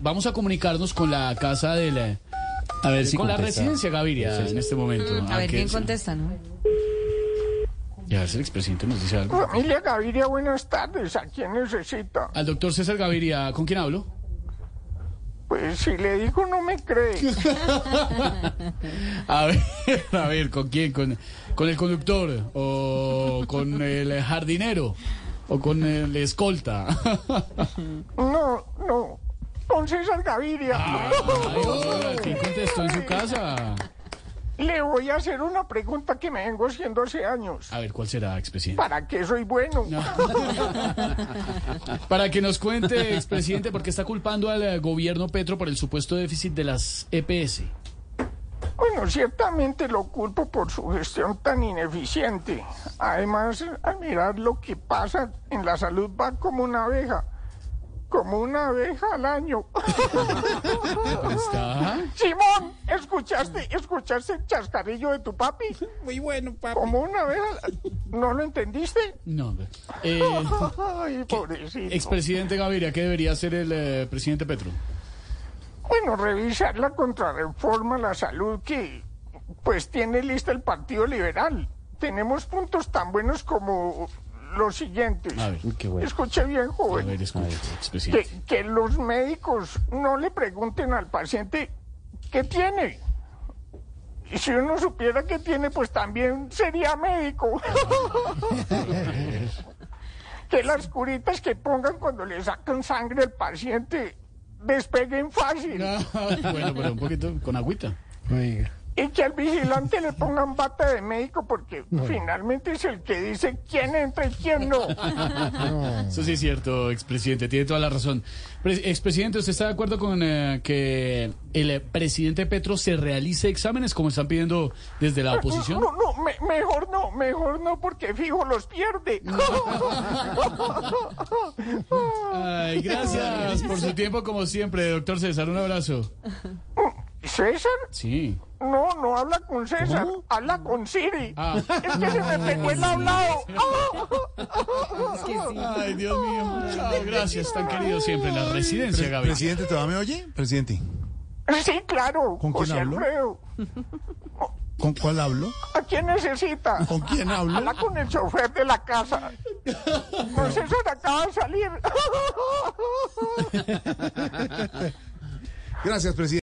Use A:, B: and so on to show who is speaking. A: Vamos a comunicarnos con la casa de la... A ver si con la
B: contesta.
A: residencia Gaviria en este momento.
C: Mm, A ver
A: que
C: quién
A: sí.
C: contesta, ¿no?
A: Y a ver si el expresidente nos dice algo.
D: Familia Gaviria, buenas tardes. ¿A quién necesita?
A: Al doctor César Gaviria, ¿con quién hablo?
D: Pues si le digo no me cree.
A: A ver, a ver, ¿con quién? ¿Con, con el conductor? ¿O con el jardinero? ¿O con el escolta?
D: No, no. Con César Gaviria.
A: Ah, Ay, ahora, ¿Quién contestó en su casa?
D: Le voy a hacer una pregunta que me vengo haciendo hace años.
A: A ver, ¿cuál será, expresidente?
D: ¿Para qué soy bueno?
A: Para que nos cuente, expresidente, porque está culpando al eh, gobierno Petro por el supuesto déficit de las E EPS.
D: Bueno, ciertamente lo culpo por su gestión tan ineficiente. Además, al mirar lo que pasa en la salud va como una abeja. Como una abeja al año.
A: ¿Está?
D: Simón, ¿escuchaste, escuchaste el chascarrillo de tu papi?
B: Muy bueno, papi.
D: Como una vez. ¿No lo entendiste?
A: No. Eh,
D: Ay, pobrecito.
A: expresidente Gaviria, ¿qué debería hacer el eh, presidente Petro?
D: Bueno, revisar la contrarreforma a la salud que pues tiene lista el Partido Liberal. Tenemos puntos tan buenos como los siguientes.
A: A ver,
B: Qué bueno.
D: Escuche bien,
A: a
D: joven.
A: ver, escucha,
D: Que,
A: expresidente.
D: que los médicos no le pregunten al paciente qué tiene. Y si uno supiera qué tiene, pues también sería médico. que las curitas que pongan cuando le sacan sangre al paciente despeguen fácil.
A: Ah, bueno, pero un poquito con agüita.
B: Oiga.
D: Y que al vigilante le pongan bata de médico porque finalmente es el que dice quién entra y quién no.
A: Eso sí es cierto, expresidente, tiene toda la razón. Pre- expresidente, ¿usted está de acuerdo con eh, que el eh, presidente Petro se realice exámenes como están pidiendo desde la oposición?
D: No, no, me- mejor no, mejor no, porque fijo los pierde.
A: Ay, gracias por su tiempo como siempre, doctor César. Un abrazo.
D: César,
A: Sí.
D: no, no habla con César, habla con Siri.
A: Ah.
D: Es que se me pegó el hablado.
A: Ay, Dios mío. Chao, gracias. Tan querido siempre en la residencia, Gaby.
E: Presidente, ¿todavía me oye? Presidente,
D: Sí, claro,
E: ¿Con quién
D: José
E: hablo?
D: Alfredo.
E: ¿con cuál hablo?
D: ¿A quién necesita?
E: ¿Con quién hablo?
D: Habla con el chofer de la casa. Con César acaba de salir.
E: Gracias, presidente.